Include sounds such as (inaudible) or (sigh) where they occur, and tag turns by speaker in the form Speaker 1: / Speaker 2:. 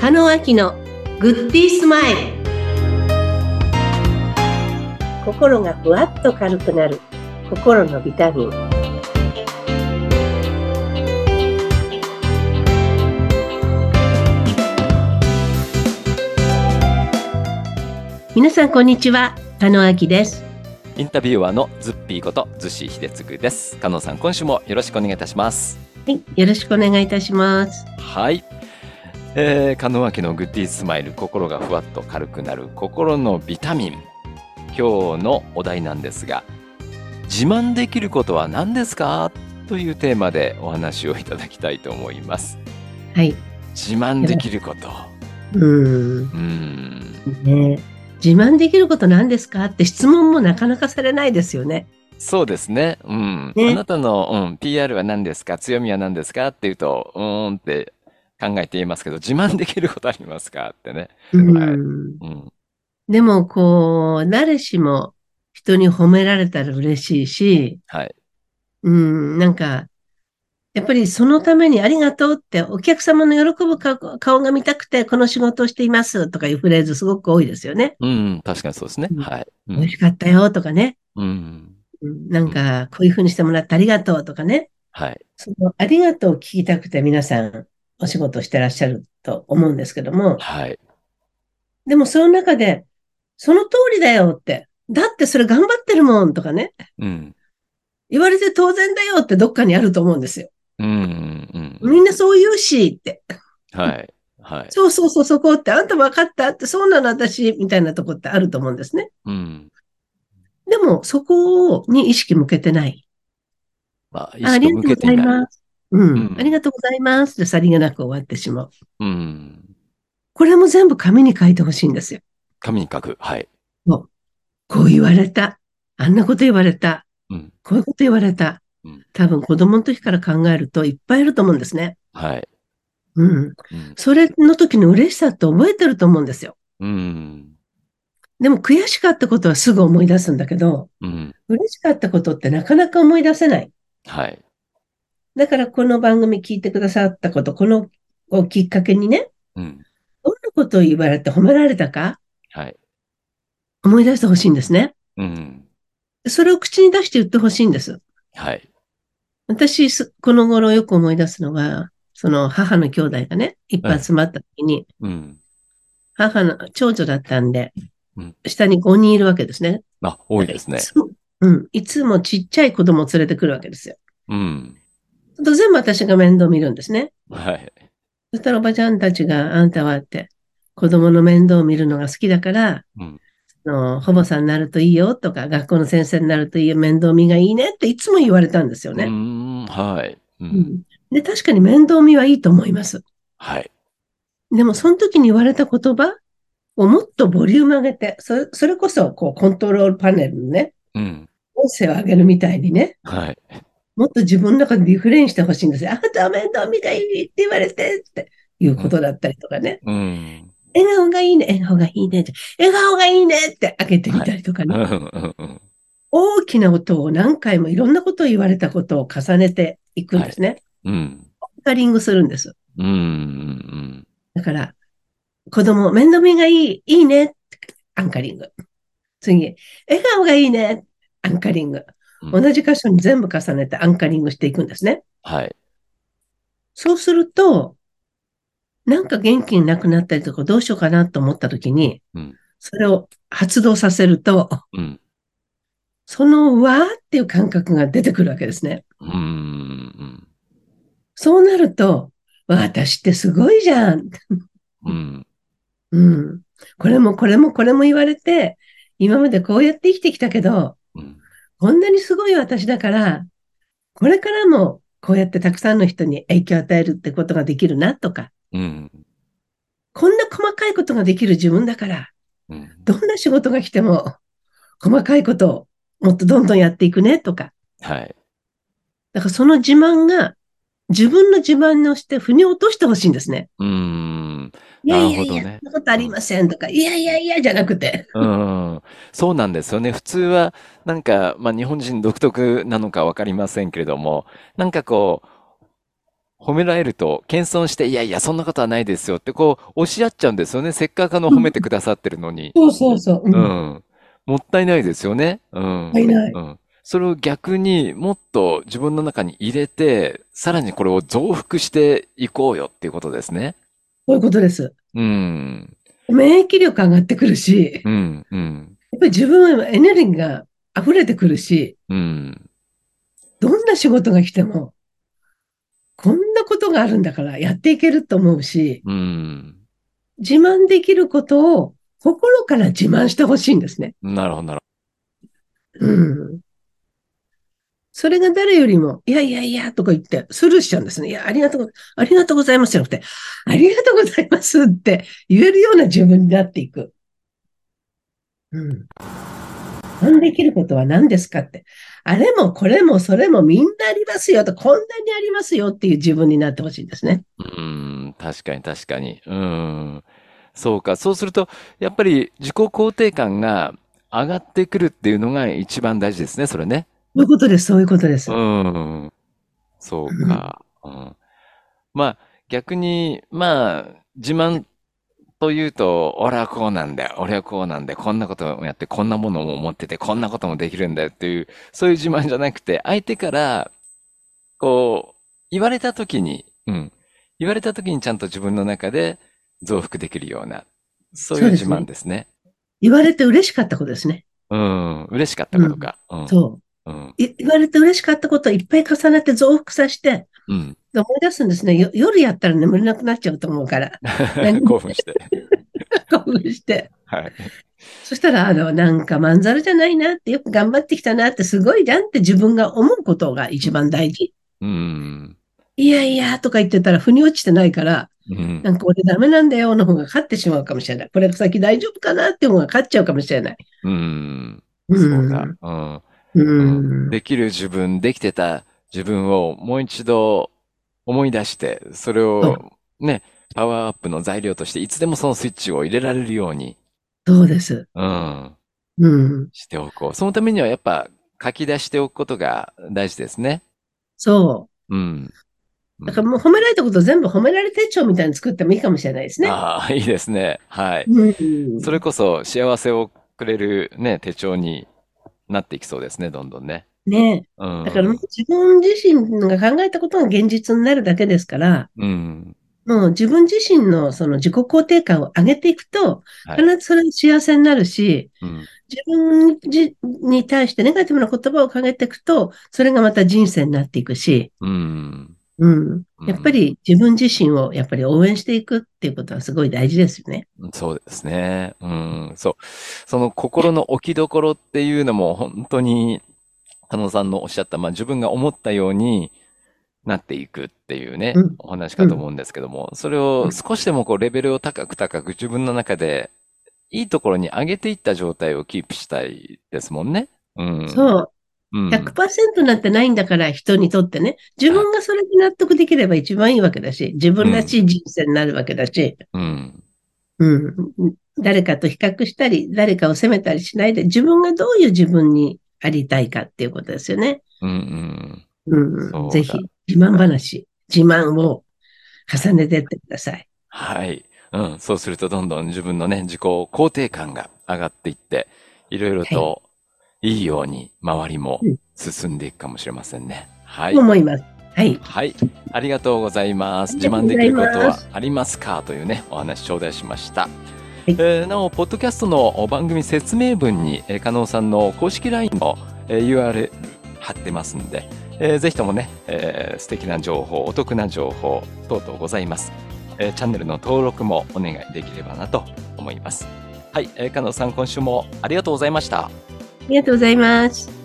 Speaker 1: 中野明のグッディースマイル心がふわっと軽くなる心のビタミン皆さんこんにちは加野明です
Speaker 2: インタビュアーのズッピーことズシ秀次です。加納さん、今週もよろしくお願いいたします。
Speaker 1: はい、よろしくお願いいたします
Speaker 2: はい。えー、加納明のグッディースマイル、心がふわっと軽くなる心のビタミン。今日のお題なんですが、自慢できることは何ですかというテーマでお話をいただきたいと思います。
Speaker 1: はい、
Speaker 2: 自慢できること。
Speaker 1: うん
Speaker 2: うーん。
Speaker 1: ね自慢できること何ですかって質問もなかなかされないですよね
Speaker 2: そうですね。うん。
Speaker 1: ね
Speaker 2: あなたの、うん、PR は何ですか強みは何ですかっていうと、うーんって考えていますけど、自慢できることありますかってね。
Speaker 1: うん、
Speaker 2: はいうん。
Speaker 1: でもこう誰しも人に褒められたら嬉しいし
Speaker 2: はい。
Speaker 1: うん、なんか、やっぱりそのためにありがとうってお客様の喜ぶ顔顔が見たくてこの仕事をしていますとかいうフレーズすごく多いですよね。
Speaker 2: うん、確かにそうですね
Speaker 1: う。ん
Speaker 2: はい。う
Speaker 1: 美味
Speaker 2: ん。
Speaker 1: しかったよとかね。
Speaker 2: うん。
Speaker 1: うんなんか、こういうふうにしてもらってありがとうとかね。
Speaker 2: はい。
Speaker 1: そのありがとうを聞きたくて皆さんお仕事をしてらっしゃると思うんですけども、
Speaker 2: はい。
Speaker 1: でもその中で、その通りだよって、だってそれ頑張ってるもんとかね、
Speaker 2: うん。
Speaker 1: 言われて当然だよってどっかにあると思うんですよ。
Speaker 2: うん。うん。
Speaker 1: みんなそう言うしって。
Speaker 2: はい。はい。
Speaker 1: そうそうそう、そこって、あんた分かったって、そうなの私、みたいなとこってあると思うんですね。
Speaker 2: うん。
Speaker 1: でも、そこに意識向けてない。
Speaker 2: まあ、意
Speaker 1: あありがとう
Speaker 2: 識向け
Speaker 1: ご
Speaker 2: て
Speaker 1: ざい
Speaker 2: いない。
Speaker 1: ます。うん。
Speaker 2: うん
Speaker 1: ありがとうございます。で、さりげなく終わってしまう。
Speaker 2: うん。
Speaker 1: これも全部紙に書いてほしいんですよ。
Speaker 2: 紙に書く。はい。
Speaker 1: こう言われた。あんなこと言われた。
Speaker 2: うん。
Speaker 1: こういうこと言われた
Speaker 2: うん。
Speaker 1: 多分、子供の時から考えるといっぱいいると思うんですね。
Speaker 2: はい。
Speaker 1: うん。
Speaker 2: うん。
Speaker 1: それの時の嬉しさって覚えてると思うんですよ。
Speaker 2: うん。
Speaker 1: でも、悔しかったことはすぐ思い出すんだけど、
Speaker 2: うん。
Speaker 1: 嬉しかったことってなかなか思い出せない。
Speaker 2: はい。
Speaker 1: だからこの番組聞いてくださったこと、このをきっかけにね、
Speaker 2: うん。
Speaker 1: どんなことを言われて褒められたか
Speaker 2: はい。
Speaker 1: 思い出してほしいんですね。
Speaker 2: うん。
Speaker 1: それを口に出して言ってほしいんです。
Speaker 2: はい。
Speaker 1: 私、すこの頃よく思い出すのが、その母の兄弟がね、いっぱい集まった時に、
Speaker 2: うん。
Speaker 1: 母の長女だったんで
Speaker 2: うん、
Speaker 1: 下に5人いるわけですね。
Speaker 2: あ、多いですね
Speaker 1: い。つもうん。いつもちっちゃい子供を連れてくるわけですよ。
Speaker 2: うん。
Speaker 1: あと全部私が面倒見るんですね。
Speaker 2: はい。
Speaker 1: そしたらおばちゃんたちがあんたはって子供の面倒を見るのが好きだから、
Speaker 2: うん
Speaker 1: あの保母さんになるといいよとか学校の先生になるといいよ面倒見がいいねっていつも言われたんですよ
Speaker 2: う
Speaker 1: ね。
Speaker 2: ん。はい。う。
Speaker 1: うんんで確かに面倒見はいいと思います。
Speaker 2: はい。
Speaker 1: でもその時に言われた言葉をもっとボリューム上げてそれそれこそこうコントロールパネルのね
Speaker 2: うん。
Speaker 1: 音声を上げるみたいにね
Speaker 2: はい。
Speaker 1: もっと自分の中でリフレインしてほしいんですよ。あんたは面倒見がいいって言われてっていうことだったりとかね。
Speaker 2: うん。
Speaker 1: 笑顔がいいね、笑顔がいいねって、笑顔がいいねって開けてみたりとか
Speaker 2: う
Speaker 1: ね、
Speaker 2: んうんうん。
Speaker 1: 大きな音を何回もいろんなことを言われたことを重ねていくんですね。
Speaker 2: うん。
Speaker 1: フカリングするんです。
Speaker 2: うん。うん。
Speaker 1: だから、子供、面倒見がいい、いいね、アンカリング。次、笑顔がいいね、アンカリング。
Speaker 2: うん
Speaker 1: 同じ箇所に全部重ねてアンカリングしていくんですね。
Speaker 2: はい。
Speaker 1: そうすると、なんか元気になくなったりとか、どうしようかなと思った時に、
Speaker 2: うん
Speaker 1: それを発動させると、
Speaker 2: うん。
Speaker 1: そのわーっていう感覚が出てくるわけですね。
Speaker 2: うん。うん
Speaker 1: そうなると、私ってすごいじゃん。
Speaker 2: うん。
Speaker 1: うん。これもこれもこれも言われて、今までこうやって生きてきたけど、
Speaker 2: うん。
Speaker 1: こんなにすごい私だから、これからもこうやってたくさんの人に影響を与えるってことができるなとか、
Speaker 2: うん。
Speaker 1: こんな細かいことができる自分だから、
Speaker 2: うん。
Speaker 1: どんな仕事が来ても、細かいことをもっとどんどんやっていくねとか、
Speaker 2: はい。
Speaker 1: だからその自慢が、自分の自慢をして、腑に落としてほしいんですね。
Speaker 2: うん。
Speaker 1: いやいやい
Speaker 2: なるほ
Speaker 1: や、
Speaker 2: どね
Speaker 1: そんなことありませんとか、いやいやいやじゃなくて。
Speaker 2: うん、そうなんですよね。普通は、なんか、まあ、日本人独特なのかわかりませんけれども、なんかこう、褒められると、謙遜して、いやいや、そんなことはないですよって、こう、押し合っちゃうんですよね。せっかくあの、褒めてくださってるのに。
Speaker 1: そうそうそう。う。
Speaker 2: うんん。もったいないですよね。うん。
Speaker 1: 足りない。
Speaker 2: うん。それを逆にもっと自分の中に入れて、さらにこれを増幅していこうよっていうことですね。
Speaker 1: そういうことです。
Speaker 2: うん。
Speaker 1: 免疫力上がってくるし、
Speaker 2: うん。うん。
Speaker 1: やっぱり自分はエネルギーが溢れてくるし、
Speaker 2: うん。
Speaker 1: どんな仕事が来ても、こんなことがあるんだからやっていけると思うし、
Speaker 2: うん。
Speaker 1: 自慢できることを心から自慢してほしいんですね。
Speaker 2: なるほど、なる
Speaker 1: うん。それが誰よりも、いやいやいやとか言ってスルーしちゃうんですね。いや、ありがとうご、ありがとうございますじゃなくて、ありがとうございますって言えるような自分になっていく。うん。何できることは何ですかって。あれもこれもそれもみんなありますよと、こんなにありますよっていう自分になってほしいんですね。
Speaker 2: ほど。うん。確かに、確かに。うん。そうか。そうすると、やっぱり自己肯定感が上がってくるっていうのが一番大事ですね、それね。
Speaker 1: そういうことです、そういうことで
Speaker 2: う
Speaker 1: す。
Speaker 2: ん。そう
Speaker 1: うん、
Speaker 2: か。うん。まあ、逆に、まあ、自慢というと、俺はこうなんだよ。俺はこうなんだよ。こんなこともやって、こんなものも持ってて、こんなこともできるんだよっていう、そういう自慢じゃなくて、相手から、こう、言われた時に、うん。言われた時にちゃんと自分の中で増幅できるような、そういう
Speaker 1: そうで
Speaker 2: 自
Speaker 1: す
Speaker 2: 慢
Speaker 1: ね。
Speaker 2: ですね。
Speaker 1: 言われて嬉しかったことですね。
Speaker 2: うん。嬉しかったこ
Speaker 1: う
Speaker 2: と
Speaker 1: ん。
Speaker 2: か。うん。
Speaker 1: そう
Speaker 2: うん。
Speaker 1: い言われて嬉しかったことをいっぱい重なって増幅させて、
Speaker 2: うん。 (laughs)
Speaker 1: で思い出すんですね。よ夜やったら眠れなくなっちゃうと思うから。
Speaker 2: (laughs)
Speaker 1: 何
Speaker 2: 興奮して。 (laughs)
Speaker 1: 興奮して。
Speaker 2: はい。
Speaker 1: そしたら、あの、なんかまんざるじゃないなって、よく頑張ってきたなって、すごいじゃんって自分が思うことが
Speaker 2: う
Speaker 1: 一
Speaker 2: ん。
Speaker 1: 番大事。
Speaker 2: うん。
Speaker 1: いやいやとか言ってたら、腑に落ちてないから、
Speaker 2: うん。
Speaker 1: なんか俺ダメなんだよの方が勝ってしまうかもしれない。これ先大丈夫かなっていう方が勝っちゃうかもしれない。
Speaker 2: うん。そう
Speaker 1: う
Speaker 2: だ。
Speaker 1: ん。
Speaker 2: うん。うん。
Speaker 1: うん。
Speaker 2: できる自分、できてた自分をもう一度思い出して、それ
Speaker 1: そう、
Speaker 2: をね、パワーアップの材料としていつでもそのスイッチを入れられるように、
Speaker 1: そうです。
Speaker 2: うん、
Speaker 1: うん。
Speaker 2: しておこう。そのためにはやっぱ書き出しておくことが大事ですね。
Speaker 1: そう。
Speaker 2: うん。う
Speaker 1: だから
Speaker 2: ん。
Speaker 1: もう褒められたことを全部褒められ手帳みたいに作ってもいいかもしれないですね。
Speaker 2: ああ、いいですね。はい。
Speaker 1: う
Speaker 2: それ
Speaker 1: ん。
Speaker 2: こそ幸せをくれるね、手帳になっていきそうですね、どんどんね。
Speaker 1: ね
Speaker 2: う。
Speaker 1: だからもうん自分自身が考えたことが現実になるだけですから、
Speaker 2: うん。
Speaker 1: もう自分自身のその自己肯定感を上げていくと、
Speaker 2: は
Speaker 1: 必
Speaker 2: い。
Speaker 1: ずそれが幸せになるし、
Speaker 2: うん。
Speaker 1: 自分自に対してネガティブな言葉をかけていくと、それがまた人生になっていくし、
Speaker 2: うん。
Speaker 1: うん。
Speaker 2: う
Speaker 1: やっぱ
Speaker 2: ん。
Speaker 1: り自分自身をやっぱり応援していくっていうことはすごい大事ですよね。
Speaker 2: そうですね。うん、そう。その心の置きどころっていうのも本当に、加納さんのおっしゃった、まあ自分が思ったようになっていくっていうね、
Speaker 1: うん、
Speaker 2: お話か
Speaker 1: う
Speaker 2: と
Speaker 1: ん、
Speaker 2: 思うんですけども、それ
Speaker 1: う
Speaker 2: を
Speaker 1: ん。
Speaker 2: 少しでもこうレベルを高く高く自分の中でいいところに上げていった状態をキープしたいですもんね。うん。
Speaker 1: そう。
Speaker 2: うん。
Speaker 1: 100%なんてないんだから人にとってね。自
Speaker 2: はい。
Speaker 1: 分がそれに納得できれば一番いいわけだし、自
Speaker 2: う
Speaker 1: 分ら
Speaker 2: ん。
Speaker 1: しい人生になるわけだし、
Speaker 2: うん。
Speaker 1: うん。誰かと比較したり、誰かを責めたりしないで、自分がどういう自分にありたいかっていうことですよね。
Speaker 2: うん。うん
Speaker 1: うん。
Speaker 2: そ
Speaker 1: ぜ
Speaker 2: うだ。
Speaker 1: ひ、自慢話、自慢を重ねていってください。
Speaker 2: はい。うん。そうするとどんどん自分のね、自己肯定感が上がっていって、いろいろ
Speaker 1: はい。
Speaker 2: といいように周りも
Speaker 1: うん。
Speaker 2: 進んでいくかもしれませんね。はい。
Speaker 1: 思います。はい。
Speaker 2: はい。ありがとうございま
Speaker 1: あ
Speaker 2: す。
Speaker 1: り
Speaker 2: 自
Speaker 1: がとうご
Speaker 2: 慢で
Speaker 1: ざ
Speaker 2: き
Speaker 1: い
Speaker 2: ること
Speaker 1: ま
Speaker 2: は
Speaker 1: す。
Speaker 2: ありますかというね、お話頂戴しました。
Speaker 1: はい。
Speaker 2: えーなお、ポッドキャストの番組説明文に、えー、加納さんの公式 LINE の、えー URL 貼ってますんで、えーぜひともね、えー素敵な情報、お得な情報等々ございます。えーチャンネルの登録もお願いできればなと思います。はい、えー、加納さん、今週もありがとうございました。
Speaker 1: ありがとうございます。